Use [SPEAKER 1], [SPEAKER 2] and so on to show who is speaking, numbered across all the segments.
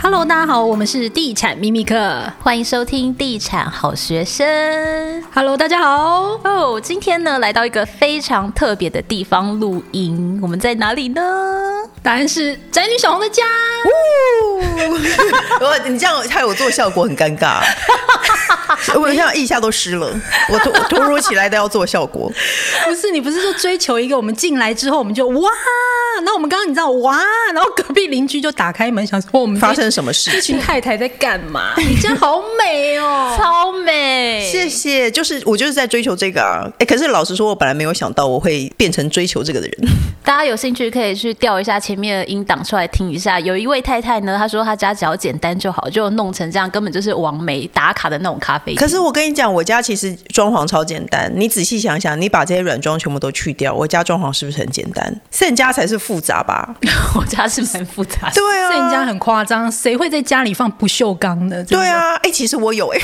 [SPEAKER 1] Hello，大家好，我们是地产秘密课。
[SPEAKER 2] 欢迎收听《地产好学生》
[SPEAKER 1] Hello，大家好，
[SPEAKER 2] 哦。今天呢，来到一个非常特别的地方录音，我们在哪里呢？
[SPEAKER 1] 答案是宅女小红的家。
[SPEAKER 3] 我你这样害我做效果很尴 尬，我现在腋下都湿了，我突我突如其来的要做效果，
[SPEAKER 1] 不是你不是说追求一个我们进来之后我们就哇，那我们刚刚你知道哇，然后隔壁邻居就打开门想哦说我们
[SPEAKER 3] 发生什么事
[SPEAKER 1] 一群
[SPEAKER 3] 情？
[SPEAKER 1] 太太在干 嘛？你家好美哦。
[SPEAKER 2] 超美，
[SPEAKER 3] 谢谢，就是我就是在追求这个啊。哎、可是老实说，我本来没有想到我会变成追求这个的人。
[SPEAKER 2] 大家有兴趣可以去调一下前面的音档出来听一下。有一位太太呢，她说她家只要简单就好，就弄成这样，根本就是完美打卡的那种咖啡厅。
[SPEAKER 3] 可是我跟你讲，我家其实装潢超简单。你仔细想想，你把这些软装全部都去掉，我家装潢是不是很简单？盛家才是复杂 吧？
[SPEAKER 2] 我家是蛮复杂的，
[SPEAKER 3] 对啊，
[SPEAKER 1] 这人家很夸张，谁会在家里放不锈钢的？真的
[SPEAKER 3] 对，啊。哎、其实我有哎、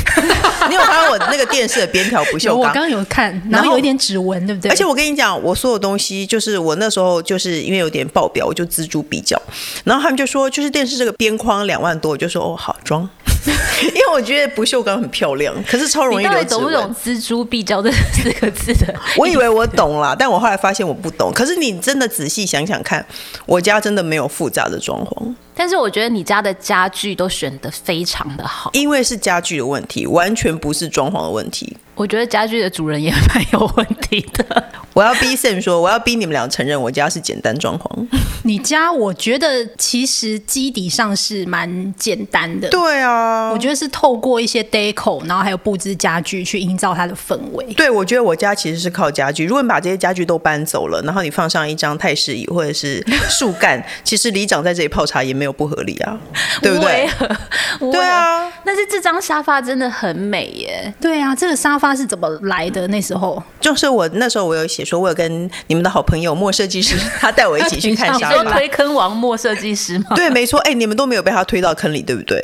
[SPEAKER 3] 你有看到我那个电视的边条不
[SPEAKER 1] 有
[SPEAKER 3] 锈
[SPEAKER 1] 我
[SPEAKER 3] 钢
[SPEAKER 1] 刚？刚有看，然
[SPEAKER 3] 然
[SPEAKER 1] 后
[SPEAKER 3] 后
[SPEAKER 1] 有一点指纹，对不对？
[SPEAKER 3] 而且我跟你讲，我所有东西就是我那时候就是因为有点爆表，我就锱铢必较。然后他们就说，就是电视这个边框两万多，我就说哦好 装，因为我觉得不锈钢很漂亮，可是超 容
[SPEAKER 2] 你
[SPEAKER 3] 易
[SPEAKER 2] 到
[SPEAKER 3] 留
[SPEAKER 2] 底
[SPEAKER 3] 指
[SPEAKER 2] 懂不
[SPEAKER 3] 纹
[SPEAKER 2] 懂。“锱铢必较”这四个字的？
[SPEAKER 3] 我以哎为我懂啦，但我后来发现我不懂。可是你真的仔细想想看，我家真的没有复杂的装潢，
[SPEAKER 2] 但是我觉得你家的家具都选的非常的好，
[SPEAKER 3] 因为是家具的问题，完全不是装潢的问题。
[SPEAKER 2] 我觉得家具的主人也蛮有问题的。
[SPEAKER 3] 我要逼 Sam 说，我要逼你们俩承认我家是简单装潢。
[SPEAKER 1] 你家我觉得其实基底上是蛮简单的，
[SPEAKER 3] 对啊，
[SPEAKER 1] 我觉得是透过一些 deco，然后还有布置家具去营造它的氛围。
[SPEAKER 3] 对，我觉得我家其实是靠家具。如果你把这些家具都搬走了，然后你放上一张太师椅或者是树 干，其实里长在这里泡茶也没有不合理啊，对不对？
[SPEAKER 2] 对
[SPEAKER 3] 对，啊，
[SPEAKER 2] 但是这张沙发真的很美耶，
[SPEAKER 1] 对啊，这个沙发是怎么来的？那时候
[SPEAKER 3] 就是我那时候我有写说，我有跟你们的好朋友莫设计师， 他带我一起去 看
[SPEAKER 1] 你
[SPEAKER 3] 沙
[SPEAKER 2] 说
[SPEAKER 3] 发。
[SPEAKER 2] 推坑王莫设计师 吗？
[SPEAKER 3] 对，没错，哎、你们都没有被他推到坑里，对不对？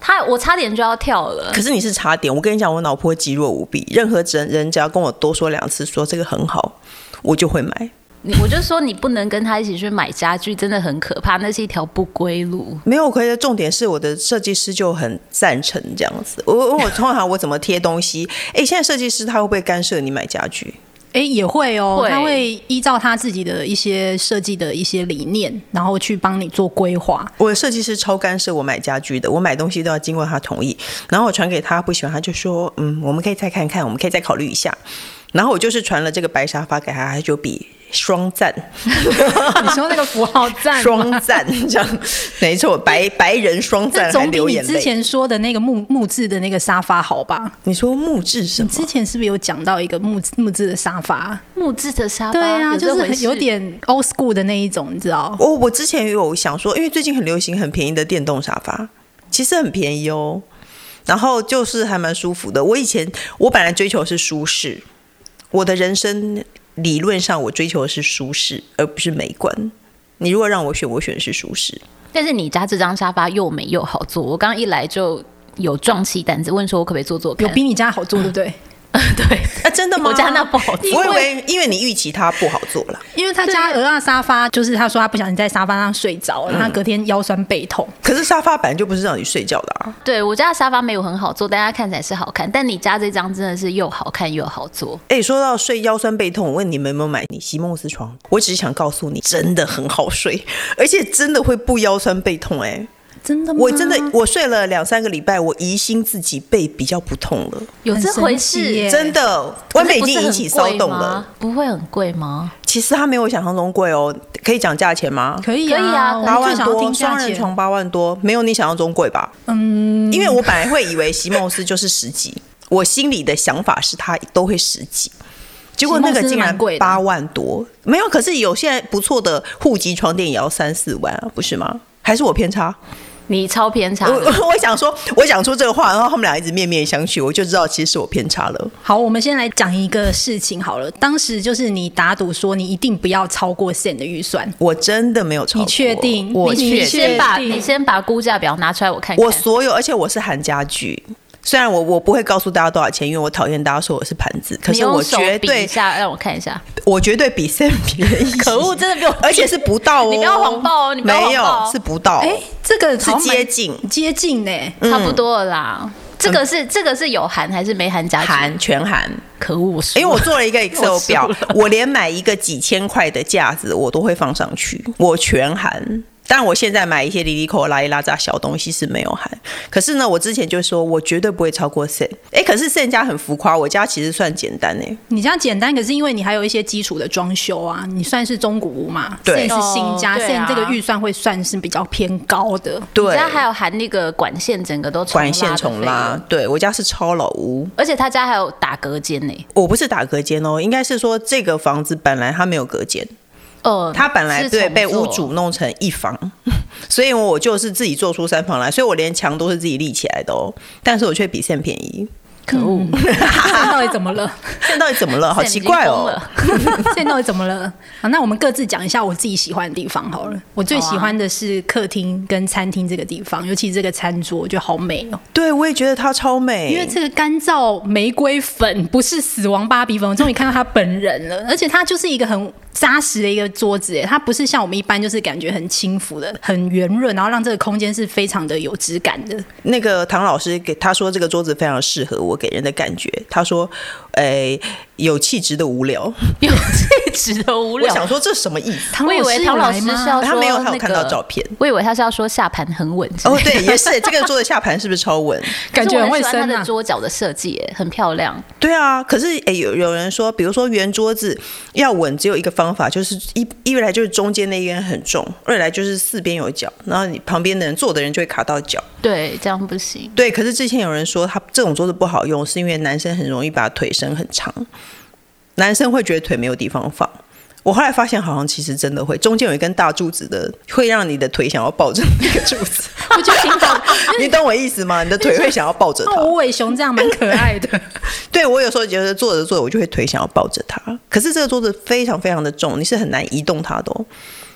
[SPEAKER 2] 他我差点就要跳了。
[SPEAKER 3] 可是你是茶点，我跟你讲，我脑波极弱无比，任何人人只要跟我多说两次，说这个很好，我就会买。
[SPEAKER 2] 你我就说你不能跟他一起去买家具，真的很可怕，那是一条不归路。
[SPEAKER 3] 没有，可是重点是我的设计师就很赞成这样子。我我我通常我怎么贴东西？哎，现在设计师他会不会干涉你买家具？
[SPEAKER 1] 哎，也会哦，
[SPEAKER 2] 会
[SPEAKER 1] 他会依照他自己的一些设计的一些理念，然后去帮你做规划。
[SPEAKER 3] 我的设计师超干涉我买家具的，我买东西都要经过他同意。然后我传给他，他不喜欢，他就说嗯，我们可以再看看，我们可以再考虑一下。然后我就是传了这个白沙发给他，他就比 双赞，
[SPEAKER 1] 你说那个符号赞吗？
[SPEAKER 3] 双赞这样，没错，白白人双
[SPEAKER 1] 这
[SPEAKER 3] 赞还
[SPEAKER 1] 总比
[SPEAKER 3] 流
[SPEAKER 1] 你
[SPEAKER 3] 眼
[SPEAKER 1] 之
[SPEAKER 3] 泪。
[SPEAKER 1] 前说的那个木木质的那个沙发好吧？
[SPEAKER 3] 你说木质什
[SPEAKER 1] 你
[SPEAKER 3] 么？
[SPEAKER 1] 之前是不是有讲到一个木质木质的沙发？
[SPEAKER 2] 木质的沙发，
[SPEAKER 1] 对啊，
[SPEAKER 2] 有
[SPEAKER 1] 就
[SPEAKER 2] 这
[SPEAKER 1] 是
[SPEAKER 2] 回
[SPEAKER 1] 很有
[SPEAKER 2] 事
[SPEAKER 1] 点 old school 的那一种，你知道？
[SPEAKER 3] 我我之前有想说，因为最近很流行很便宜的电动沙发，其实很便宜哦，然后就是还蛮舒服的。我以前我本来追求的是舒适，我的人生理论上我追求的是舒适，而不是美观。你如果让我选，我选的是舒适。
[SPEAKER 2] 但是你家这张沙发又美又好坐，我刚一来就有壮起胆子问说，我可不可以坐坐看？
[SPEAKER 1] 有比你家好做，对不对？
[SPEAKER 2] 对，
[SPEAKER 3] 啊，真的吗？
[SPEAKER 2] 我家那不好坐
[SPEAKER 3] 我以为因为你预期它不好做了，
[SPEAKER 1] 因为他家鹅啊沙发，就是他说他不小心在沙发上睡着了，他隔天腰酸背痛。
[SPEAKER 3] 可是沙发本来就不是让你睡觉的啊。
[SPEAKER 2] 对我家的沙发没有很好坐，但它看起来是好看。但你家这张真的是又好看又好坐，
[SPEAKER 3] 哎，说到睡腰酸背痛，我问你们有没有买你席梦思床？我只是想告诉你，真的很好睡，而且真的会不腰酸背痛、哎。
[SPEAKER 1] 真的吗？
[SPEAKER 3] 我真的我睡了两三个礼拜，我疑心自己背比较不痛了，
[SPEAKER 2] 有
[SPEAKER 1] 很
[SPEAKER 2] 这
[SPEAKER 1] 神
[SPEAKER 2] 回
[SPEAKER 1] 奇
[SPEAKER 2] 事
[SPEAKER 1] 耶？
[SPEAKER 3] 真的，
[SPEAKER 2] 可
[SPEAKER 3] 外
[SPEAKER 2] 是
[SPEAKER 3] 面已
[SPEAKER 2] 不是
[SPEAKER 3] 经引
[SPEAKER 2] 很
[SPEAKER 3] 起骚
[SPEAKER 2] 贵
[SPEAKER 3] 动
[SPEAKER 2] 吗
[SPEAKER 3] 了。，
[SPEAKER 2] 不会很贵吗？
[SPEAKER 3] 其实它没有想象中贵哦，可以讲价钱吗？
[SPEAKER 1] 可以
[SPEAKER 2] 可以啊
[SPEAKER 1] 我
[SPEAKER 3] 八
[SPEAKER 1] 们
[SPEAKER 3] 万
[SPEAKER 1] 就想要
[SPEAKER 3] 多，
[SPEAKER 1] 听
[SPEAKER 3] 双
[SPEAKER 1] 价
[SPEAKER 3] 人
[SPEAKER 1] 钱。
[SPEAKER 3] 床八万多，没有你想象中贵吧？嗯，因为我本来会以为席梦思就是十几，我心里的想法是它都会十几。结果那
[SPEAKER 1] 席
[SPEAKER 3] 个
[SPEAKER 1] 梦思
[SPEAKER 3] 竟然
[SPEAKER 1] 蛮贵的
[SPEAKER 3] 八万多，没有。可是有些不错的户籍床垫也要三四万啊，不是吗？还是我偏差？
[SPEAKER 2] 你超偏差
[SPEAKER 3] 我
[SPEAKER 2] 了，
[SPEAKER 3] 我我 想说，我讲出这个话，然后他们俩一直面面相觑，我就知道其实是我偏差了。
[SPEAKER 1] 好，我们先来讲一个事情好了。当时就是你打赌说你一定不要超过线的预算，
[SPEAKER 3] 我真的没有超过，
[SPEAKER 1] 你确定
[SPEAKER 3] 我
[SPEAKER 1] 你
[SPEAKER 3] 确
[SPEAKER 2] 你
[SPEAKER 1] 确
[SPEAKER 2] 先把
[SPEAKER 1] 定
[SPEAKER 2] 你先把估价表拿出来我看看。
[SPEAKER 3] 我所有，而且我是含家具，虽然我我不会告诉大家多少钱，因为我讨厌大家说我是盘子，可
[SPEAKER 2] 你
[SPEAKER 3] 是
[SPEAKER 2] 用
[SPEAKER 3] 我
[SPEAKER 2] 手
[SPEAKER 3] 绝
[SPEAKER 2] 比一
[SPEAKER 3] 对
[SPEAKER 2] 下，让我看一下。
[SPEAKER 3] 我绝对比 Sam 便宜。
[SPEAKER 2] 可恶，真的比我
[SPEAKER 3] 而且是不到哦，
[SPEAKER 2] 你不要谎报哦你不要
[SPEAKER 3] 没有
[SPEAKER 2] 谎报哦
[SPEAKER 3] 是不到，
[SPEAKER 1] 哎，这个
[SPEAKER 3] 是
[SPEAKER 1] 好像蛮
[SPEAKER 3] 接近
[SPEAKER 1] 接近呢、
[SPEAKER 3] 嗯
[SPEAKER 2] 差不多了啦。这个是这个是有含还是没含加？
[SPEAKER 3] 含。全含。
[SPEAKER 2] 可恶，我输
[SPEAKER 3] 因为我
[SPEAKER 2] 了
[SPEAKER 3] 做了一 个
[SPEAKER 2] 我
[SPEAKER 3] Excel
[SPEAKER 2] 输
[SPEAKER 3] 表
[SPEAKER 2] 了，
[SPEAKER 3] 我连买一个几千块的架子，我都会放上去，我全含。但我现在买一些里里口拉一拉杂小东西是没有含，可是呢，我之前就说我绝对不会超过 s e n 哎，可是 s e n 家很浮夸，我家其实算简单哎、
[SPEAKER 1] 你这样简单，可是因为你还有一些基础的装修啊，你算是中古屋嘛，
[SPEAKER 3] 对
[SPEAKER 1] 现在是新家，
[SPEAKER 2] 哦对
[SPEAKER 1] 现
[SPEAKER 2] 啊
[SPEAKER 1] 在这个预算会算是比较偏高的。
[SPEAKER 2] 你
[SPEAKER 3] 对
[SPEAKER 2] 家，还有含那个管线，整个都重拉
[SPEAKER 3] 管线
[SPEAKER 2] 的
[SPEAKER 3] 重
[SPEAKER 2] 费
[SPEAKER 3] 拉
[SPEAKER 2] 用，，
[SPEAKER 3] 对我家是超老屋，
[SPEAKER 2] 而且他家还有打隔间呢。
[SPEAKER 3] 我不是打隔间哦，应该是说这个房子本来它没有隔间，
[SPEAKER 2] 哦，
[SPEAKER 3] 它本来
[SPEAKER 2] 是
[SPEAKER 3] 对
[SPEAKER 2] 重
[SPEAKER 3] 被屋
[SPEAKER 2] 做
[SPEAKER 3] 主弄成一房，所以我就是自己做出三房来，所以我连墙都是自己立起来的哦，但是我却比 Sam 便宜，
[SPEAKER 2] 可恶，
[SPEAKER 1] 现在到底怎么了？
[SPEAKER 3] 现在到底怎么 了？好
[SPEAKER 2] Sam 已
[SPEAKER 3] 奇
[SPEAKER 2] 经
[SPEAKER 3] 怪
[SPEAKER 2] 疯
[SPEAKER 3] 哦！
[SPEAKER 2] 了
[SPEAKER 1] 现在到底怎么了？好，那我们各自讲一下我自己喜欢的地方好了。我最
[SPEAKER 2] 好啊
[SPEAKER 1] 喜欢的是客厅跟餐厅这个地方，尤其这个餐桌，我觉得好美哦。
[SPEAKER 3] 对，我也觉得它超美，
[SPEAKER 1] 因为这个干燥玫瑰粉不是死亡芭比粉，我终于看到他本人了， 而且他就是一个很扎实的一个桌子，哎，它不是像我们一般就是感觉很轻浮的、很圆润，然后让这个空间是非常的有质感的。
[SPEAKER 3] 那个唐老师给他说这个桌子非常适合我给人的感觉，他说，诶、有气质的无聊，
[SPEAKER 2] 有气质的无
[SPEAKER 3] 我
[SPEAKER 2] 聊。
[SPEAKER 3] 想说这什么意思？
[SPEAKER 1] 唐
[SPEAKER 2] 我以为唐老
[SPEAKER 1] 有
[SPEAKER 2] 师
[SPEAKER 1] 来吗
[SPEAKER 2] 是要
[SPEAKER 3] 他没有
[SPEAKER 2] 说
[SPEAKER 3] 他有
[SPEAKER 2] 那
[SPEAKER 3] 看到
[SPEAKER 2] 个
[SPEAKER 3] 照片
[SPEAKER 2] 我以为他是要说下盘很稳之类的，
[SPEAKER 3] 哦，对，也是这个桌子下盘是不是超稳？
[SPEAKER 1] 感觉
[SPEAKER 2] 可是
[SPEAKER 1] 很
[SPEAKER 2] 我
[SPEAKER 1] 会
[SPEAKER 2] 喜欢他
[SPEAKER 1] 生
[SPEAKER 2] 的
[SPEAKER 1] 啊。
[SPEAKER 2] 桌角的设计耶，很漂亮。
[SPEAKER 3] 对啊，可是诶，有有人说，比如说圆桌子要稳，只有一个方法，就是一一来就是中间那一根很重，二来就是四边有角，然后你旁边的人坐的人就会卡到脚。
[SPEAKER 2] 对，这样不 行。
[SPEAKER 3] 对，可是之前有人说他这种桌子不好用，是因为男生很容易把腿伸很长，男生会觉得腿没有地方放。我后来发现，好像其实真的会，中间有一根大柱子的，会让你的腿想要抱着那个柱子，
[SPEAKER 1] 我觉得平常
[SPEAKER 3] 你懂我意思吗？你的腿会想要抱着它
[SPEAKER 1] 像。无尾熊这样蛮可爱的，
[SPEAKER 3] 对我有时候觉得坐着坐着，我就会腿想要抱着它。可是这个桌子非常非常的重，你是很难移动它的、哦，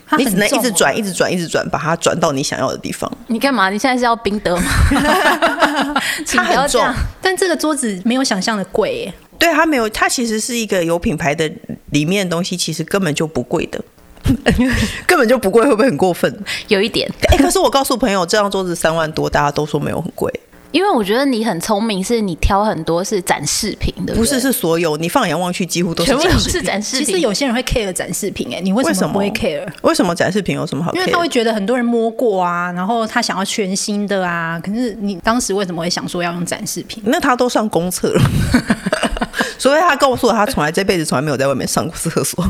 [SPEAKER 1] 它
[SPEAKER 3] 你
[SPEAKER 1] 很
[SPEAKER 3] 只能一
[SPEAKER 1] 重
[SPEAKER 3] 直
[SPEAKER 1] 哦。
[SPEAKER 2] 欸
[SPEAKER 3] 转，一直转，一直转，把它转到你想要的地方。
[SPEAKER 2] 你干嘛？你现在是要冰德 吗？请
[SPEAKER 3] 它
[SPEAKER 2] 不要
[SPEAKER 3] 很
[SPEAKER 2] 这
[SPEAKER 3] 重，
[SPEAKER 2] 样。
[SPEAKER 1] 但这个桌子没有想象的贵耶，
[SPEAKER 3] 对它没有，它其实是一个有品牌的，里面的东西其实根本就不贵 的。根本就不贵，会不会很过分？
[SPEAKER 2] 有一点，
[SPEAKER 3] 哎、可是我告诉朋友，这张桌子三万多，大家都说没有很贵，
[SPEAKER 2] 因为我觉得你很聪明，是你挑很多是展示品的，对
[SPEAKER 3] 不
[SPEAKER 2] 不
[SPEAKER 3] 是
[SPEAKER 2] 对
[SPEAKER 3] 是所有，你放眼望去几乎都是
[SPEAKER 2] 全部
[SPEAKER 3] 展示
[SPEAKER 2] 是
[SPEAKER 3] 品。
[SPEAKER 2] 展示
[SPEAKER 1] 其
[SPEAKER 2] 品。
[SPEAKER 1] 实有些人会 care 展示品，哎，你为
[SPEAKER 3] 为
[SPEAKER 1] 什
[SPEAKER 3] 什
[SPEAKER 1] 么
[SPEAKER 3] 么
[SPEAKER 1] 不会 care？
[SPEAKER 3] 为什么展示品有什么好 care？
[SPEAKER 1] 因为他会觉得很多人摸过啊，然后他想要全新的啊。可是你当时为什么会想说要用展示品？
[SPEAKER 3] 那他都上公厕了， 所以他告诉我，他从来这辈子从来没有在外面上过厕所。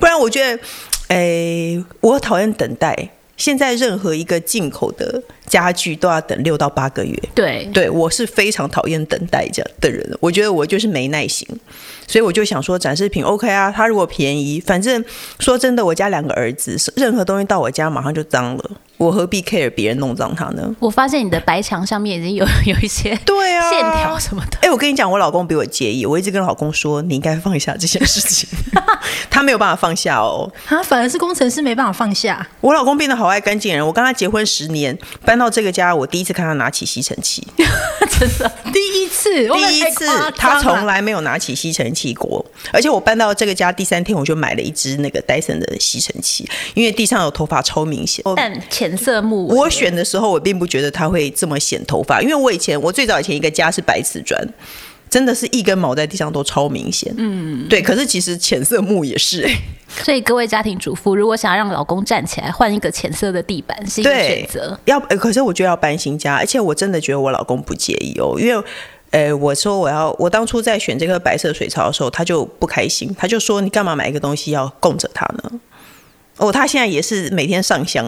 [SPEAKER 3] 不然我觉得，哎、我讨厌等待。现在任何一个进口的家具都要等六到八个月。
[SPEAKER 2] 对，
[SPEAKER 3] 对我是非常讨厌等待这样的人，我觉得我就是没耐心，所以我就想说展示品 OK 啊，它如果便宜，反正说真的，我家两个儿子，任何东西到我家马上就脏了，我何必 care 别人弄脏它呢？
[SPEAKER 2] 我发现你的白墙上面已经有有一些
[SPEAKER 3] 对啊，
[SPEAKER 2] 线条什么的。
[SPEAKER 3] 哎、我跟你讲，我老公比我介意，我一直跟老公说，你应该放下这件事情， 他没有办法放下哦。
[SPEAKER 1] 啊，反而是工程师没办法放下，
[SPEAKER 3] 我老公变得好爱干净人，我跟他结婚十年，搬到这个家，我第一次看他拿起吸尘 器，
[SPEAKER 1] 第一次，我
[SPEAKER 3] 第一
[SPEAKER 1] 太
[SPEAKER 3] 次
[SPEAKER 1] 夸张啊了
[SPEAKER 3] 他从来没有拿起吸尘器过，而且我搬到这个家第三天，我就买了一支那个戴森的吸尘器，因为地上有头发超明显。
[SPEAKER 1] 哦
[SPEAKER 3] 我
[SPEAKER 2] 但浅色木纹，
[SPEAKER 3] 我选的时候，我并不觉得它会这么显头发，因为我以前我最早以前一个家是白瓷砖，真的是一根毛在地上都超明显。嗯，对。可是其实浅色木也是、欸，
[SPEAKER 2] 所以各位家庭主妇，如果想要让老公站起来，换一个浅色的地板是一个选
[SPEAKER 3] 对
[SPEAKER 2] 择。，
[SPEAKER 3] 要、呃可是我觉得要搬新家，而且我真的觉得我老公不介意哦，因为。呃，我说我要，我当初在选这个白色水槽的时候，他就不开心，他就说你干嘛买一个东西要供着它呢？哦，他现在也是每天上香，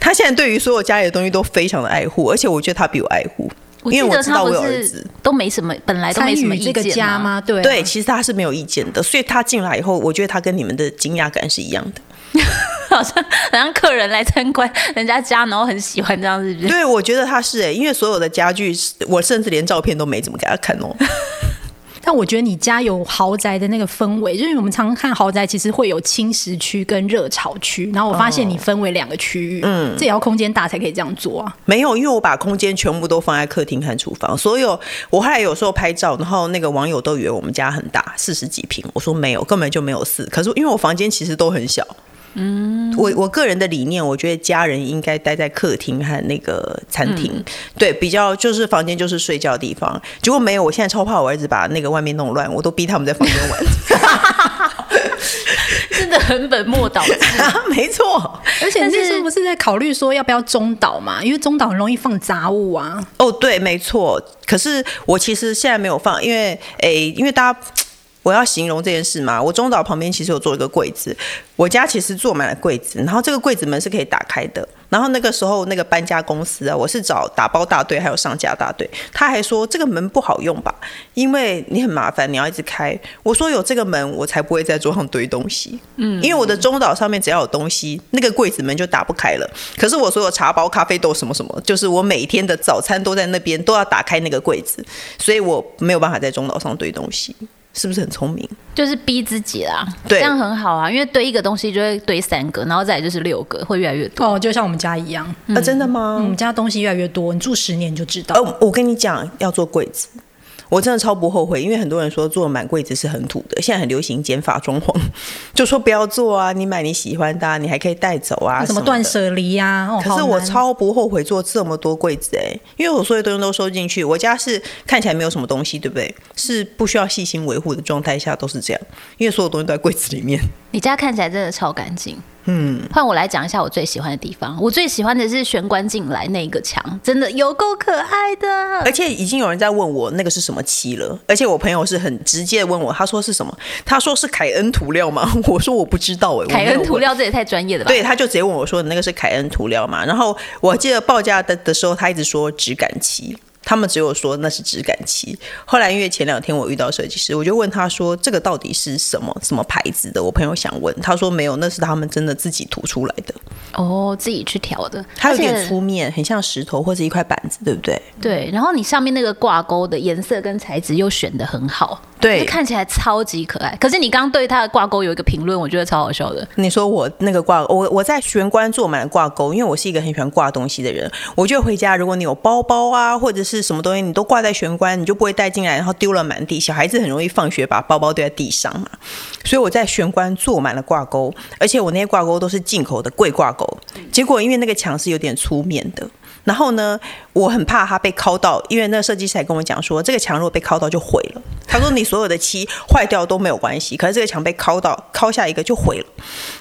[SPEAKER 3] 他现在对于所有家里的东西都非常的爱护，而且我觉得他比我爱护，因为
[SPEAKER 2] 记
[SPEAKER 3] 我
[SPEAKER 2] 得
[SPEAKER 3] 知
[SPEAKER 2] 他
[SPEAKER 3] 道
[SPEAKER 2] 不
[SPEAKER 3] 我有儿
[SPEAKER 2] 是
[SPEAKER 3] 子。
[SPEAKER 2] 都没什么，本来都
[SPEAKER 1] 参
[SPEAKER 2] 没什么
[SPEAKER 1] 与
[SPEAKER 2] 意
[SPEAKER 1] 这个
[SPEAKER 2] 见、啊、
[SPEAKER 1] 家？吗？对啊、
[SPEAKER 3] 对，其实他是没有意见的，所以他进来以后，我觉得他跟你们的惊讶感是一样 的。
[SPEAKER 2] 好像好像客人来参观人家家，然后很喜欢这样，是不 是？
[SPEAKER 3] 对，欸我觉得他是哎、因为所有的家具，我甚至连照片都没怎么给他看哦。
[SPEAKER 1] 但我觉得你家有豪宅的那个氛围，就是我们常看豪宅，其实会有轻食区跟热炒区，然后我发现
[SPEAKER 3] 哦
[SPEAKER 1] 你分为两个区域，嗯，这也要空间大才可以这样做啊。
[SPEAKER 3] 没有，因为我把空间全部都放在客厅和厨房。所有我后来有时候拍照，然后那个网友都以为我们家很大，四十几平。我说没有，根本就没有四。可是因为我房间其实都很小。嗯，我我个人的理念，我觉得家人应该待在客厅和那个餐厅，对，比较就是房间就是睡觉的地方。结果没有，我现在超怕我儿子把那个外面弄乱，我都逼他们在房间玩。
[SPEAKER 2] 真的很本末倒置。
[SPEAKER 3] 没错，
[SPEAKER 1] 而且
[SPEAKER 2] 但是
[SPEAKER 1] 那时候不是在考虑说要不要中岛嘛，因为中岛很容易放杂物啊。
[SPEAKER 3] 哦，对，没错。可是我其实现在没有放，因为诶，因为大家。我要形容这件事嘛，我中岛旁边其实有做一个柜子，我家其实做满了柜子，然后这个柜子门是可以打开的。然后那个时候那个搬家公司啊，我是找打包大队还有上架大队，他还说这个门不好用吧，因为你很麻烦，你要一直开。我说有这个门，我才不会在桌上堆东西。嗯，因为我的中岛上面只要有东西，那个柜子门就打不开了。可是我所有茶包、咖啡豆什么什么，就是我每天的早餐都在那边，都要打开那个柜子，所以我没有办法在中岛上堆东西。是不是很聪明？
[SPEAKER 2] 就是逼自己啦，
[SPEAKER 3] 对
[SPEAKER 2] 这样很好啊，因为堆一个东西就会堆三个，然后再来就是六个，会越来越多。
[SPEAKER 1] 哦，就像我们家一样，
[SPEAKER 3] 啊，真的吗？
[SPEAKER 1] 我们家东西越来越多，你住十年你就知道。
[SPEAKER 3] 哦，我跟你讲，要做柜子，我真的超不后悔，因为很多人说做满柜子是很土的，现在很流行减法装潢，就说不要做啊，你买你喜欢的、啊，你还可以带走啊，
[SPEAKER 1] 什么
[SPEAKER 3] 么的
[SPEAKER 1] 断。舍离呀、哦，
[SPEAKER 3] 可是
[SPEAKER 1] 好
[SPEAKER 3] 我
[SPEAKER 1] 难
[SPEAKER 3] 超不后悔做这么多柜子哎、因为我所有东西都收进去。我家是看起来没有什么东西，对不对？是不需要细心维护的状态下都是这样，因为所有东西都在柜子里面。
[SPEAKER 2] 你家看起来真的超干净。嗯，换我来讲一下我最喜欢的地方。我最喜欢的是玄关进来那一个墙，真的有够可爱的。
[SPEAKER 3] 而且已经有人在问我那个是什么漆了，而且我朋友是很直接地问我，他说是什么？他说是凯恩涂料吗？ 我说我不知道哎、我
[SPEAKER 2] 凯
[SPEAKER 3] 没有
[SPEAKER 2] 恩涂
[SPEAKER 3] 问
[SPEAKER 2] 料这也太专业了吧？
[SPEAKER 3] 对，，他就直接问我说：“你那个是凯恩涂料吗？”然后我记得报价的的时候，他一直说质感漆，他们只有说那是质感漆。后来因为前两天我遇到设计师，我就问他说：“这个到底是什么什么牌子的？”我朋友想问，他说没有，那是他们真的自己涂出来的，
[SPEAKER 2] 哦，自己去调的，
[SPEAKER 3] 它有
[SPEAKER 2] 而
[SPEAKER 3] 点
[SPEAKER 2] 且
[SPEAKER 3] 粗面，很像石头或者一块板子，对不对？
[SPEAKER 2] 对，然后你上面那个挂钩的颜色跟材质又选的很好，
[SPEAKER 3] 对
[SPEAKER 2] 就看起来超级可爱。可是你刚刚对它的挂钩有一个评论，我觉得超好笑的。
[SPEAKER 3] 你说我那个挂，我我在玄关做满了挂钩，因为我是一个很喜欢挂东西的人。我觉得回家，如果你有包包啊或者是什么东西，你都挂在玄关，你就不会带进来，然后丢了满地。小孩子很容易放学把包包丢在地上嘛，所以我在玄关做满了挂钩，而且我那些挂钩都是进口的贵挂钩。结果因为那个墙是有点粗面的。然后呢，我很怕它被敲到，因为那设计师还跟我讲说，这个墙如果被敲到就毁了。他说你所有的漆坏掉都没有关系，可是这个墙被敲到，敲下一个就毁了。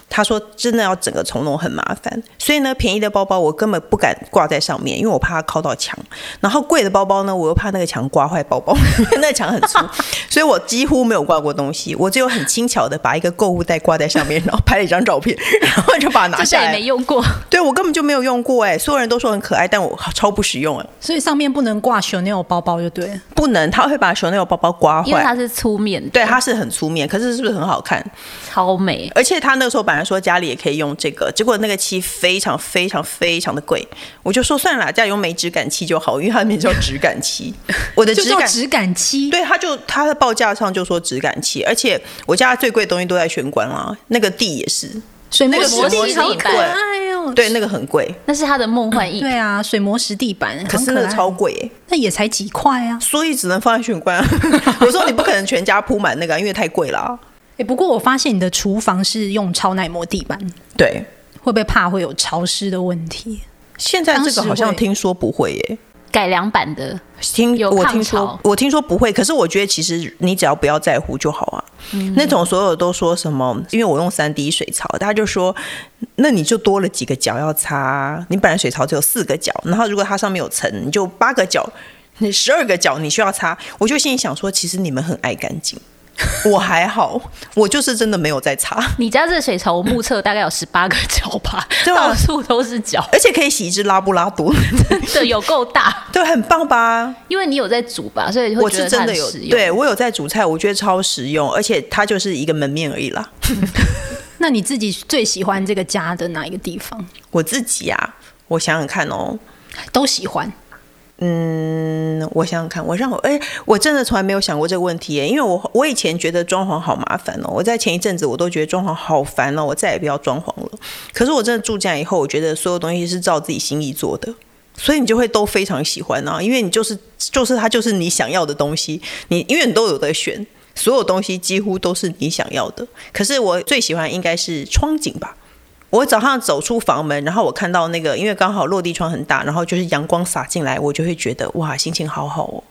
[SPEAKER 3] 他说真的要整个重弄很麻烦，所以呢，便宜的包包我根本不敢挂在上面，因为我怕它敲到墙。然后贵的包包呢，我又怕那个墙刮坏包 包，因为那墙很粗， 所以我几乎没有挂过东西。我只有很轻巧的把一个购物袋挂在上面，然后拍了一张照片，然后就把它拿
[SPEAKER 2] 这
[SPEAKER 3] 下
[SPEAKER 2] 个也
[SPEAKER 3] 来
[SPEAKER 2] 没。用 过，
[SPEAKER 3] 啊对我根本就没有用过哎、所有人都说很可爱，但我超不实用哎、
[SPEAKER 1] 所以上面不能挂 Chanel 包包就对了。
[SPEAKER 3] 不能，他会把 Chanel 包包刮
[SPEAKER 2] 因为
[SPEAKER 3] 坏。
[SPEAKER 2] 它是粗面的，
[SPEAKER 3] 对，它是很粗面，可是是不是很好看？
[SPEAKER 2] 超美。
[SPEAKER 3] 而且他那个时候本来说家里也可以用这个，结果那个漆非常非常非常的贵，我就说算了啦，家里用没质感漆就好，因为它的名字叫质感漆。 我的
[SPEAKER 1] 就
[SPEAKER 3] 质
[SPEAKER 1] 叫
[SPEAKER 3] 感，
[SPEAKER 1] 质感漆，
[SPEAKER 3] 对，他就他的报价上就说质感漆，而且我家最贵的东西都在玄关啦，那个地也是，
[SPEAKER 1] 水
[SPEAKER 3] 那
[SPEAKER 1] 磨
[SPEAKER 3] 个
[SPEAKER 1] 石
[SPEAKER 3] 磨
[SPEAKER 1] 地
[SPEAKER 2] 石
[SPEAKER 1] 好
[SPEAKER 2] 地
[SPEAKER 1] 可
[SPEAKER 2] 板
[SPEAKER 1] 爱哦。
[SPEAKER 3] 对，那个很贵，
[SPEAKER 2] 那是它的梦幻
[SPEAKER 3] 嗯
[SPEAKER 2] 意。
[SPEAKER 1] 对啊，水磨石地板，
[SPEAKER 3] 可是那个
[SPEAKER 1] 很爱
[SPEAKER 3] 超，贵、欸，
[SPEAKER 1] 那也才几块啊。
[SPEAKER 3] 所以只能放在玄关、啊 我说你不可能全家铺满那个啊，因为太贵了啊。
[SPEAKER 1] 哎、不过我发现你的厨房是用超耐磨地板，
[SPEAKER 3] 对，
[SPEAKER 1] 会不会怕会有潮湿的问题？
[SPEAKER 3] 现在这个好
[SPEAKER 1] 当时
[SPEAKER 3] 像
[SPEAKER 1] 会
[SPEAKER 3] 听说不会耶、
[SPEAKER 2] 改良版的，
[SPEAKER 3] 听
[SPEAKER 2] 有
[SPEAKER 3] 我
[SPEAKER 2] 抗
[SPEAKER 3] 听
[SPEAKER 2] 潮
[SPEAKER 3] 说，我听说不会，可是我觉得其实你只要不要在乎就好啊。
[SPEAKER 1] 嗯
[SPEAKER 3] 那种所有都说什么，因为我用三滴水槽，大家就说，那你就多了几个角要擦啊。你本来水槽只有四个角，然后如果它上面有层，你就八个角，你十二个角你需要擦。我就心里想说，其实你们很爱干净，我还好，我就是真的没有在擦。
[SPEAKER 2] 你家这水槽我目测大概有十八个角 吧，
[SPEAKER 3] 对啊
[SPEAKER 2] 到处都是角，
[SPEAKER 3] 而且可以洗一只拉布拉多，
[SPEAKER 2] 对，有够大。
[SPEAKER 3] 对，很棒吧？
[SPEAKER 2] 因为你有在煮吧，所以会
[SPEAKER 3] 我
[SPEAKER 2] 觉得
[SPEAKER 3] 是
[SPEAKER 2] 它
[SPEAKER 3] 真
[SPEAKER 2] 很
[SPEAKER 3] 的有
[SPEAKER 2] 实，用。
[SPEAKER 3] 对我有在煮菜，我觉得超实用，而且它就是一个门面而已啦。
[SPEAKER 1] 那你自己最喜欢这个家的哪一个地方？
[SPEAKER 3] 我自己啊，我想想看哦，
[SPEAKER 1] 都喜欢，
[SPEAKER 3] 嗯，我想想看，我让我哎、我真的从来没有想过这个问题耶，因为我我以前觉得装潢好麻烦哦，我在前一阵子我都觉得装潢好烦哦，我再也不要装潢了。可是我真的住家以后，我觉得所有东西是照自己心意做的，所以你就会都非常喜欢啊，因为你就是就是它就是你想要的东西，你因为你都有得选，所有东西几乎都是你想要的。可是我最喜欢应该是窗景吧。我早上走出房门，然后我看到那个，因为刚好落地窗很大，然后就是阳光洒进来，我就会觉得哇，心情好好哦。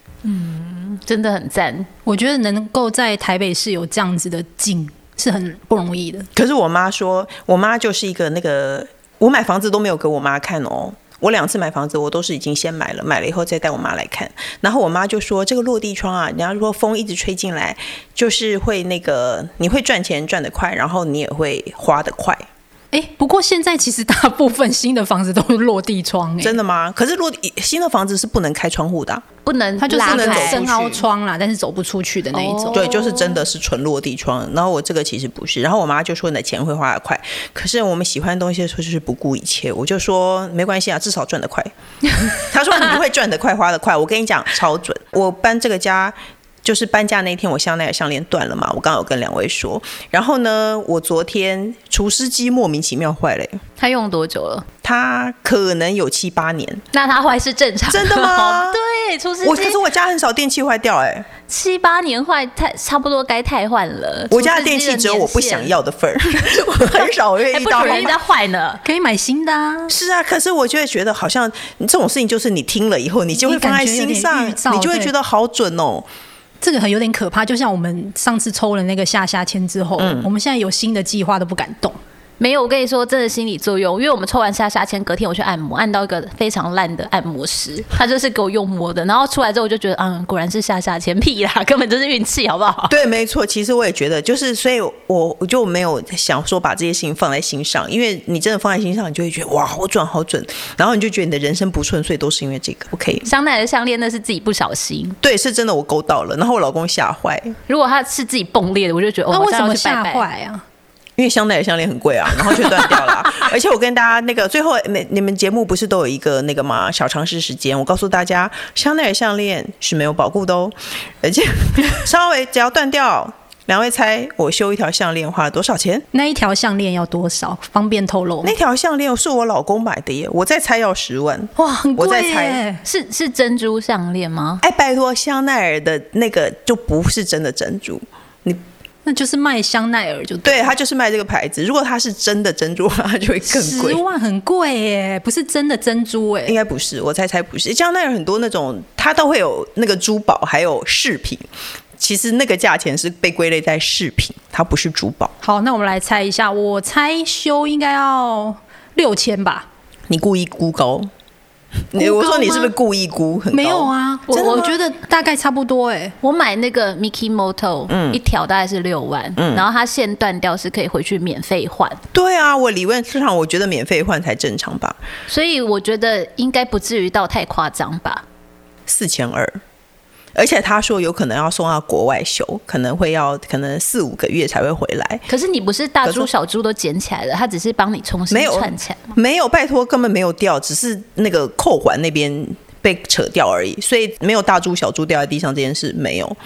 [SPEAKER 2] 真的很赞。
[SPEAKER 1] 我觉得能够在台北市有这样子的景是很不容易的。
[SPEAKER 3] 可是我妈说，我妈就是一个那个，我买房子都没有给我妈看哦。我两次买房子，我都是已经先买了，买了以后再带我妈来看。然后我妈就说，这个落地窗啊，人家说风一直吹进来，就是会那个，你会赚钱赚得快，然后你也会花得快。
[SPEAKER 1] 哎、不过现在其实大部分新的房子都是落地窗、哎，
[SPEAKER 3] 真的吗？可是落地新的房子是不能开窗户的啊、
[SPEAKER 2] 不能
[SPEAKER 1] 它就是
[SPEAKER 2] 拉
[SPEAKER 1] 那种
[SPEAKER 2] 开
[SPEAKER 3] 走
[SPEAKER 1] 深
[SPEAKER 3] 出
[SPEAKER 1] 凹
[SPEAKER 3] 去
[SPEAKER 1] 窗啦，但是走不出去的那一种。
[SPEAKER 3] 对，就是真
[SPEAKER 2] 哦
[SPEAKER 3] 的是纯落地窗。然后我这个其实不是，然后我妈就说你的钱会花得快，可是我们喜欢东西的时候就是不顾一切。我就说没关系啊，至少赚得 快。她说你不会赚得快，花得快。我跟你讲超准。我搬这个家。就是搬家那天，我香奈儿项链断了嘛，我刚刚有跟两位说。然后呢，我昨天除湿机莫名其妙坏了耶，
[SPEAKER 2] 他用多久了？
[SPEAKER 3] 它可能有七八年。
[SPEAKER 2] 那他坏是正常，
[SPEAKER 3] 真的 吗
[SPEAKER 2] 对，除湿
[SPEAKER 3] 我可
[SPEAKER 2] 机
[SPEAKER 3] 是我家很少电器坏掉哎、
[SPEAKER 2] 七八年坏，太差不多该汰换了。
[SPEAKER 3] 我家的
[SPEAKER 2] 除湿
[SPEAKER 3] 电
[SPEAKER 2] 机
[SPEAKER 3] 器只有我不
[SPEAKER 2] 年限
[SPEAKER 3] 想，要的 份儿，我很少会
[SPEAKER 2] 还
[SPEAKER 3] 遇
[SPEAKER 2] 哎不
[SPEAKER 3] 到
[SPEAKER 2] 准
[SPEAKER 3] 好
[SPEAKER 2] 人家坏呢。
[SPEAKER 1] 可以买新的啊，
[SPEAKER 3] 是啊，可是我就会觉得好像嗯这种事情，就是你听了以后，你就会
[SPEAKER 1] 你感
[SPEAKER 3] 放在
[SPEAKER 1] 觉有
[SPEAKER 3] 心
[SPEAKER 1] 点
[SPEAKER 3] 上，
[SPEAKER 1] 预兆
[SPEAKER 3] 你就会
[SPEAKER 1] 对
[SPEAKER 3] 觉得好准哦。
[SPEAKER 1] 这个很有点可怕。就像我们上次抽了那个下下签之后，
[SPEAKER 3] 嗯
[SPEAKER 1] 我们现在有新的计划都不敢动。
[SPEAKER 2] 没有，我跟你说，真的心理作用。因为我们抽完下下签，隔天我去按摩，按到一个非常烂的按摩师，他就是给我用摸的。然后出来之后，我就觉得，嗯，果然是下下签，屁啦， 根本就是运气，好不 好？
[SPEAKER 3] 对，没错。其实我也觉得，就是所以我，我就没有想说把这些事情放在心上，因为你真的放在心上，你就会觉得哇，好准，好准。然后你就觉得你的人生不顺遂都是因为这个。OK，
[SPEAKER 2] 香奈儿的项链那是自己不小心，
[SPEAKER 3] 对，是真的，我勾到了。然后我老公吓坏，
[SPEAKER 2] 如果他是自己崩裂的，我就觉得，哦，
[SPEAKER 1] 那
[SPEAKER 2] 我
[SPEAKER 1] 为什
[SPEAKER 2] 当
[SPEAKER 1] 么
[SPEAKER 2] 然要去拜
[SPEAKER 1] 吓
[SPEAKER 2] 拜？
[SPEAKER 1] 坏啊？
[SPEAKER 3] 因为香奈儿项链很贵啊，然后就断掉了啊、而且我跟大家那个最后，你你们节目不是都有一个那个吗？小常识时间，我告诉大家，香奈儿项链是没有保固的哦，而且 稍微只要断掉，两位猜我修一条项链花了多少钱？
[SPEAKER 1] 那一条项链要多少？方便透露吗
[SPEAKER 3] 那？条项链是我老公买的耶，我再猜要十万。
[SPEAKER 1] 哇，很
[SPEAKER 3] 我
[SPEAKER 1] 贵
[SPEAKER 3] 在
[SPEAKER 1] 耶、
[SPEAKER 3] 猜
[SPEAKER 2] 是是珍珠项链吗？
[SPEAKER 3] 哎，拜托，香奈儿的那个就不是真的珍珠，
[SPEAKER 1] 那就是卖香奈儿就
[SPEAKER 3] 对，它就是卖这个牌子。如果它是真的珍珠，它就会更贵
[SPEAKER 1] 十。万很贵耶、不是真的珍珠哎、
[SPEAKER 3] 应该不是，我猜猜不是。香奈儿很多那种，它都会有那个珠宝，还有饰品。其实那个价钱是被归类在饰品，它不是珠宝。
[SPEAKER 1] 好，那我们来猜一下，我猜修应该要六千吧？
[SPEAKER 3] 你故意估高，你
[SPEAKER 1] 估高
[SPEAKER 3] 我说你
[SPEAKER 1] 吗
[SPEAKER 3] 是不是故意估很高？
[SPEAKER 1] 没有，啊，我
[SPEAKER 3] 真的吗
[SPEAKER 1] 我觉得大概差不多哎、
[SPEAKER 2] 我买那个 Mickey Moto，一
[SPEAKER 1] 嗯
[SPEAKER 2] 条大概是六万，然后它线断掉是可以回去免费换，
[SPEAKER 3] 对啊，我理论上我觉得免费换才正常吧，
[SPEAKER 2] 所以我觉得应该不至于到太夸张吧。
[SPEAKER 3] 四千二。而且他说有可能要送到国外修，可能会要可能四五个月才会回来。
[SPEAKER 2] 可是你不是大
[SPEAKER 3] 可
[SPEAKER 2] 珠
[SPEAKER 3] 是
[SPEAKER 2] 小珠都捡起来了，它只是帮你重新
[SPEAKER 3] 没有
[SPEAKER 2] 串起来。
[SPEAKER 3] 没有，拜托，根本没有掉，只是那个扣环那边被扯掉而已，所以没有大珠小珠掉在地上这件事没有，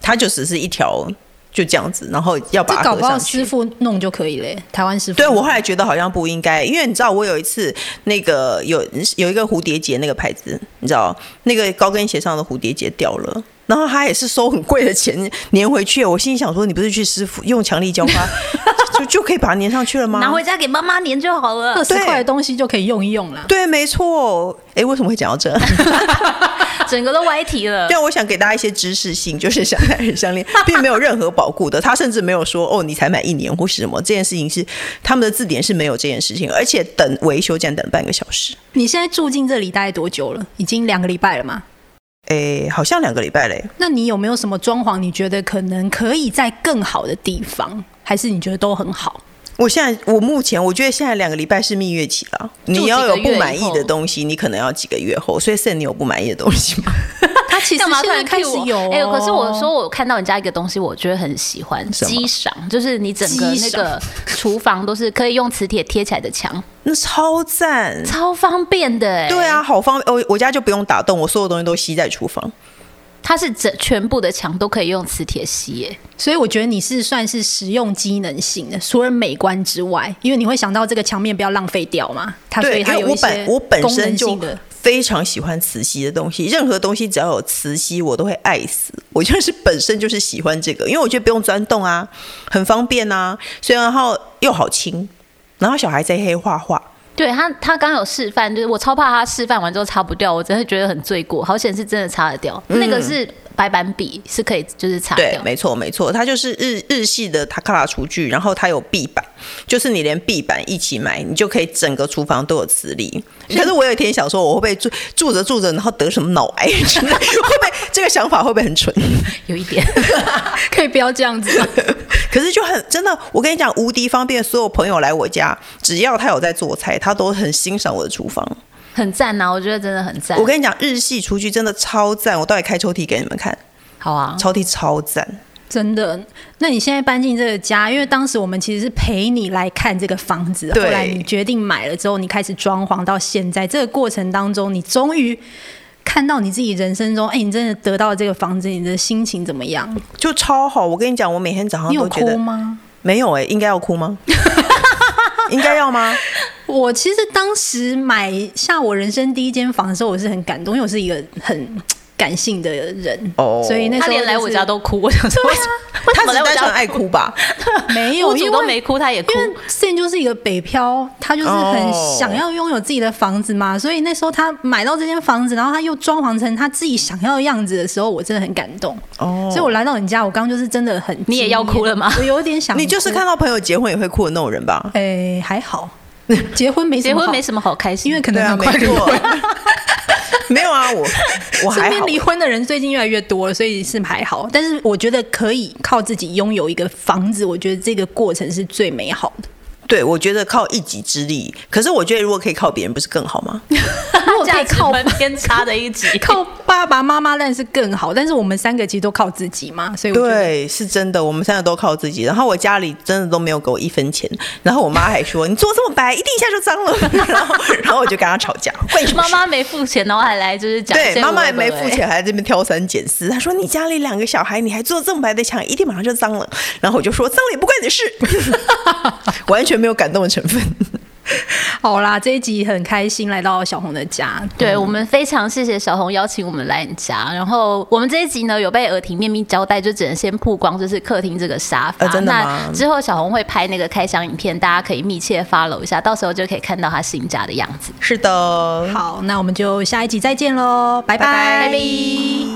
[SPEAKER 3] 它就只是一条就这样子，然后要
[SPEAKER 1] 这
[SPEAKER 3] 把它
[SPEAKER 1] 搞
[SPEAKER 3] 合
[SPEAKER 1] 不好
[SPEAKER 3] 上
[SPEAKER 1] 师
[SPEAKER 3] 去。
[SPEAKER 1] 傅弄就可以嘞、台湾师傅。
[SPEAKER 3] 对我后来觉得好像不应该，因为你知道我有一次那个有有一个蝴蝶结那个牌子，你知道那个高跟鞋上的蝴蝶结掉了。然后他也是收很贵的钱粘回去，我心里想说，你不是去师傅用强力胶吗？就就可以把它粘上去了吗？
[SPEAKER 2] 拿回家给妈妈粘就好 了
[SPEAKER 1] 二。十
[SPEAKER 3] 对
[SPEAKER 1] 块的东西就可以用一用啦。
[SPEAKER 3] 对，没错。哎，为什么会讲到这？
[SPEAKER 2] 整个都歪题了。
[SPEAKER 3] 但我想给大家一些知识性，就是香奈儿项链并没有任何保固的，他甚至没有说哦，你才买一年或是什么，这件事情是他们的字典是没有这件事情，而且等维修竟然等半个小时，
[SPEAKER 1] 你现在住进这里大概多久了？已经两个礼拜了嘛？
[SPEAKER 3] 诶，好像两个礼拜嘞。
[SPEAKER 1] 那你有没有什么装潢？你觉得可能可以在更好的地方，还是你觉得都很好？
[SPEAKER 3] 我现在，我目前我觉得现在两个礼拜是蜜月期了，你要有不满意的东西，你可能要几个月后。所以 Sen，你有不满意的东西吗？
[SPEAKER 1] 他其实
[SPEAKER 2] 干嘛
[SPEAKER 1] 现
[SPEAKER 2] 突
[SPEAKER 1] 在
[SPEAKER 2] 然
[SPEAKER 1] 开
[SPEAKER 2] cue
[SPEAKER 1] 始
[SPEAKER 2] 我
[SPEAKER 1] 有、哦，
[SPEAKER 2] 哎、可是我说我看到你家一个东西，我觉得很喜欢，
[SPEAKER 3] 什么
[SPEAKER 2] 机赏，就是你整个
[SPEAKER 1] 机
[SPEAKER 2] 那
[SPEAKER 1] 赏
[SPEAKER 2] 个厨房都是可以用磁铁贴起来的墙，
[SPEAKER 3] 那超赞。
[SPEAKER 2] 超方便的、哎，
[SPEAKER 3] 对，啊，好方便！我我家就不用打洞，我所有东西都吸在厨房。
[SPEAKER 2] 它是整全部的墙都可以用磁铁吸、哎
[SPEAKER 1] 所以我觉得你是算是实用机能型的，除了美观之外，因为你会想到这个墙面不要浪费掉嘛，它所
[SPEAKER 3] 对，
[SPEAKER 1] 以
[SPEAKER 3] 因
[SPEAKER 1] 它
[SPEAKER 3] 为
[SPEAKER 1] 有一
[SPEAKER 3] 我
[SPEAKER 1] 些
[SPEAKER 3] 本我本
[SPEAKER 1] 功
[SPEAKER 3] 身
[SPEAKER 1] 能
[SPEAKER 3] 就
[SPEAKER 1] 性的。
[SPEAKER 3] 非常喜欢磁吸的东西，任何东西只要有磁吸，我都会爱死。我就是本身就是喜欢这个，因为我觉得不用钻洞啊，很方便啊，虽然后又好轻，然后小孩在黑画画，
[SPEAKER 2] 对他，他刚有示范，就是我超怕他示范完之后擦不掉，我真的觉得很罪过。好险是真的擦得掉，那个是白板笔是可以就是擦
[SPEAKER 3] 对
[SPEAKER 2] 掉，，
[SPEAKER 3] 没错没错，它就是日日系的塔卡拉厨具，然后它有壁板，就是你连壁板一起买，你就可以整个厨房都有磁力。可是我有一天想说，我会不会住住着住着，然后得什么脑癌之类？ 会不会这个想法会不会很蠢？
[SPEAKER 2] 有一点。
[SPEAKER 1] 可以不要这样子吗，
[SPEAKER 3] 可是就很真的，我跟你讲，无敌方便。所有朋友来我家，只要他有在做菜，他都很欣赏我的厨房。
[SPEAKER 2] 很赞呐、我觉得真的很赞。
[SPEAKER 3] 我跟你讲，日系厨具真的超赞，我到底开抽屉给你们看，
[SPEAKER 2] 好
[SPEAKER 1] 嗯
[SPEAKER 2] 啊，
[SPEAKER 3] 抽屉超赞。
[SPEAKER 1] 真的。那你现在搬进这个家，因为当时我们其实是陪你来看这个房子，后
[SPEAKER 3] 对
[SPEAKER 1] 来你决定买了之后，你开始装潢到现在，这个过程当中，你终于看到你自己人生中，哎、你真的得到了这个房子，你的心情怎么样？
[SPEAKER 3] 就超好，我跟你讲，我每天早上
[SPEAKER 1] 你有
[SPEAKER 3] 都觉
[SPEAKER 1] 哭
[SPEAKER 3] 得
[SPEAKER 1] 吗？
[SPEAKER 3] 没有哎、应该要 哭吗？应该要吗？
[SPEAKER 1] 我其实当时买下我人生第一间房的时候，我是很感动，因为我是一个很感性的人，
[SPEAKER 3] 哦
[SPEAKER 1] 所以那时
[SPEAKER 2] 他
[SPEAKER 1] 候、
[SPEAKER 2] 连来我家都哭，我想说，为什
[SPEAKER 3] 他
[SPEAKER 2] 么来
[SPEAKER 3] 只是
[SPEAKER 2] 我
[SPEAKER 3] 单纯哎
[SPEAKER 2] 家
[SPEAKER 3] 爱哭吧？
[SPEAKER 1] 没 有，
[SPEAKER 2] 屋
[SPEAKER 1] 因
[SPEAKER 2] 主
[SPEAKER 1] 为
[SPEAKER 2] 都没哭，他也哭
[SPEAKER 1] 因。为 Stan 就是一个北漂，他就是很
[SPEAKER 3] 哦
[SPEAKER 1] 想要拥有自己的房子嘛所以那时候他买到这间房子，然后他又装潢成他自己想要的样子的时候，我真的很感动。
[SPEAKER 3] 哦
[SPEAKER 1] 所以我来到你家，我刚刚就是真的很惊艳，
[SPEAKER 2] 你也要哭了吗
[SPEAKER 1] 我有点想哭，
[SPEAKER 3] 你就是看到朋友结婚也会哭的那种人吧？
[SPEAKER 1] 哎、还好，结婚没什
[SPEAKER 2] 结
[SPEAKER 1] 么好
[SPEAKER 2] 婚没什么好开心，
[SPEAKER 1] 因为可
[SPEAKER 3] 对
[SPEAKER 1] 能
[SPEAKER 3] 啊，
[SPEAKER 1] 很
[SPEAKER 3] 没
[SPEAKER 1] 快离
[SPEAKER 3] 错
[SPEAKER 1] 婚。。
[SPEAKER 3] 没有啊，我我
[SPEAKER 1] 身
[SPEAKER 3] 还
[SPEAKER 1] 边
[SPEAKER 3] 好。
[SPEAKER 1] 离婚的人最近越来越多了，所以是还好。但是我觉得可以靠自己拥有一个房子，我觉得这个过程是最美好的。
[SPEAKER 3] 对，我觉得靠一己之力，可是我觉得如果可以靠别人，不是更好吗？
[SPEAKER 1] 如果可
[SPEAKER 2] 价
[SPEAKER 1] 以
[SPEAKER 2] 值
[SPEAKER 1] 靠
[SPEAKER 2] 观偏差的一集。
[SPEAKER 1] 靠爸爸妈妈，但是更好。但是我们三个其实都靠自己嘛，所以我觉得
[SPEAKER 3] 对，是真的，我们三个都靠自己。然后我家里真的都没有给我一分钱，然后我妈还说你做这么白，一定一下就脏了。 然后，然后我就跟她吵架，为什么
[SPEAKER 2] 妈？妈没付钱，然后还来就是讲一些
[SPEAKER 3] 对，妈妈也
[SPEAKER 2] 无微
[SPEAKER 3] 没
[SPEAKER 2] 不
[SPEAKER 3] 付
[SPEAKER 2] 微。
[SPEAKER 3] 钱，还在这边挑三拣四。她说：“你家里两个小孩，你还做这么白的墙，一定马上就脏了。” 然后我就说：“脏了也不关你的事。” 完全没有感动的成分。
[SPEAKER 1] 好啦。这一集很开心来到小红的家，
[SPEAKER 3] 嗯
[SPEAKER 2] 对我们非常谢谢小红邀请我们来你家，然后我们这一集呢有被尔婷面面交代，就只能先曝光就是客厅这个沙发。
[SPEAKER 3] 呃真的吗
[SPEAKER 2] 那之后小红会拍那个开箱影片，大家可以密切 follow 一下，到时候就可以看到她新家的样子。
[SPEAKER 3] 是的，
[SPEAKER 1] 好，那我们就下一集再见喽，拜
[SPEAKER 3] 拜
[SPEAKER 1] 拜
[SPEAKER 3] 拜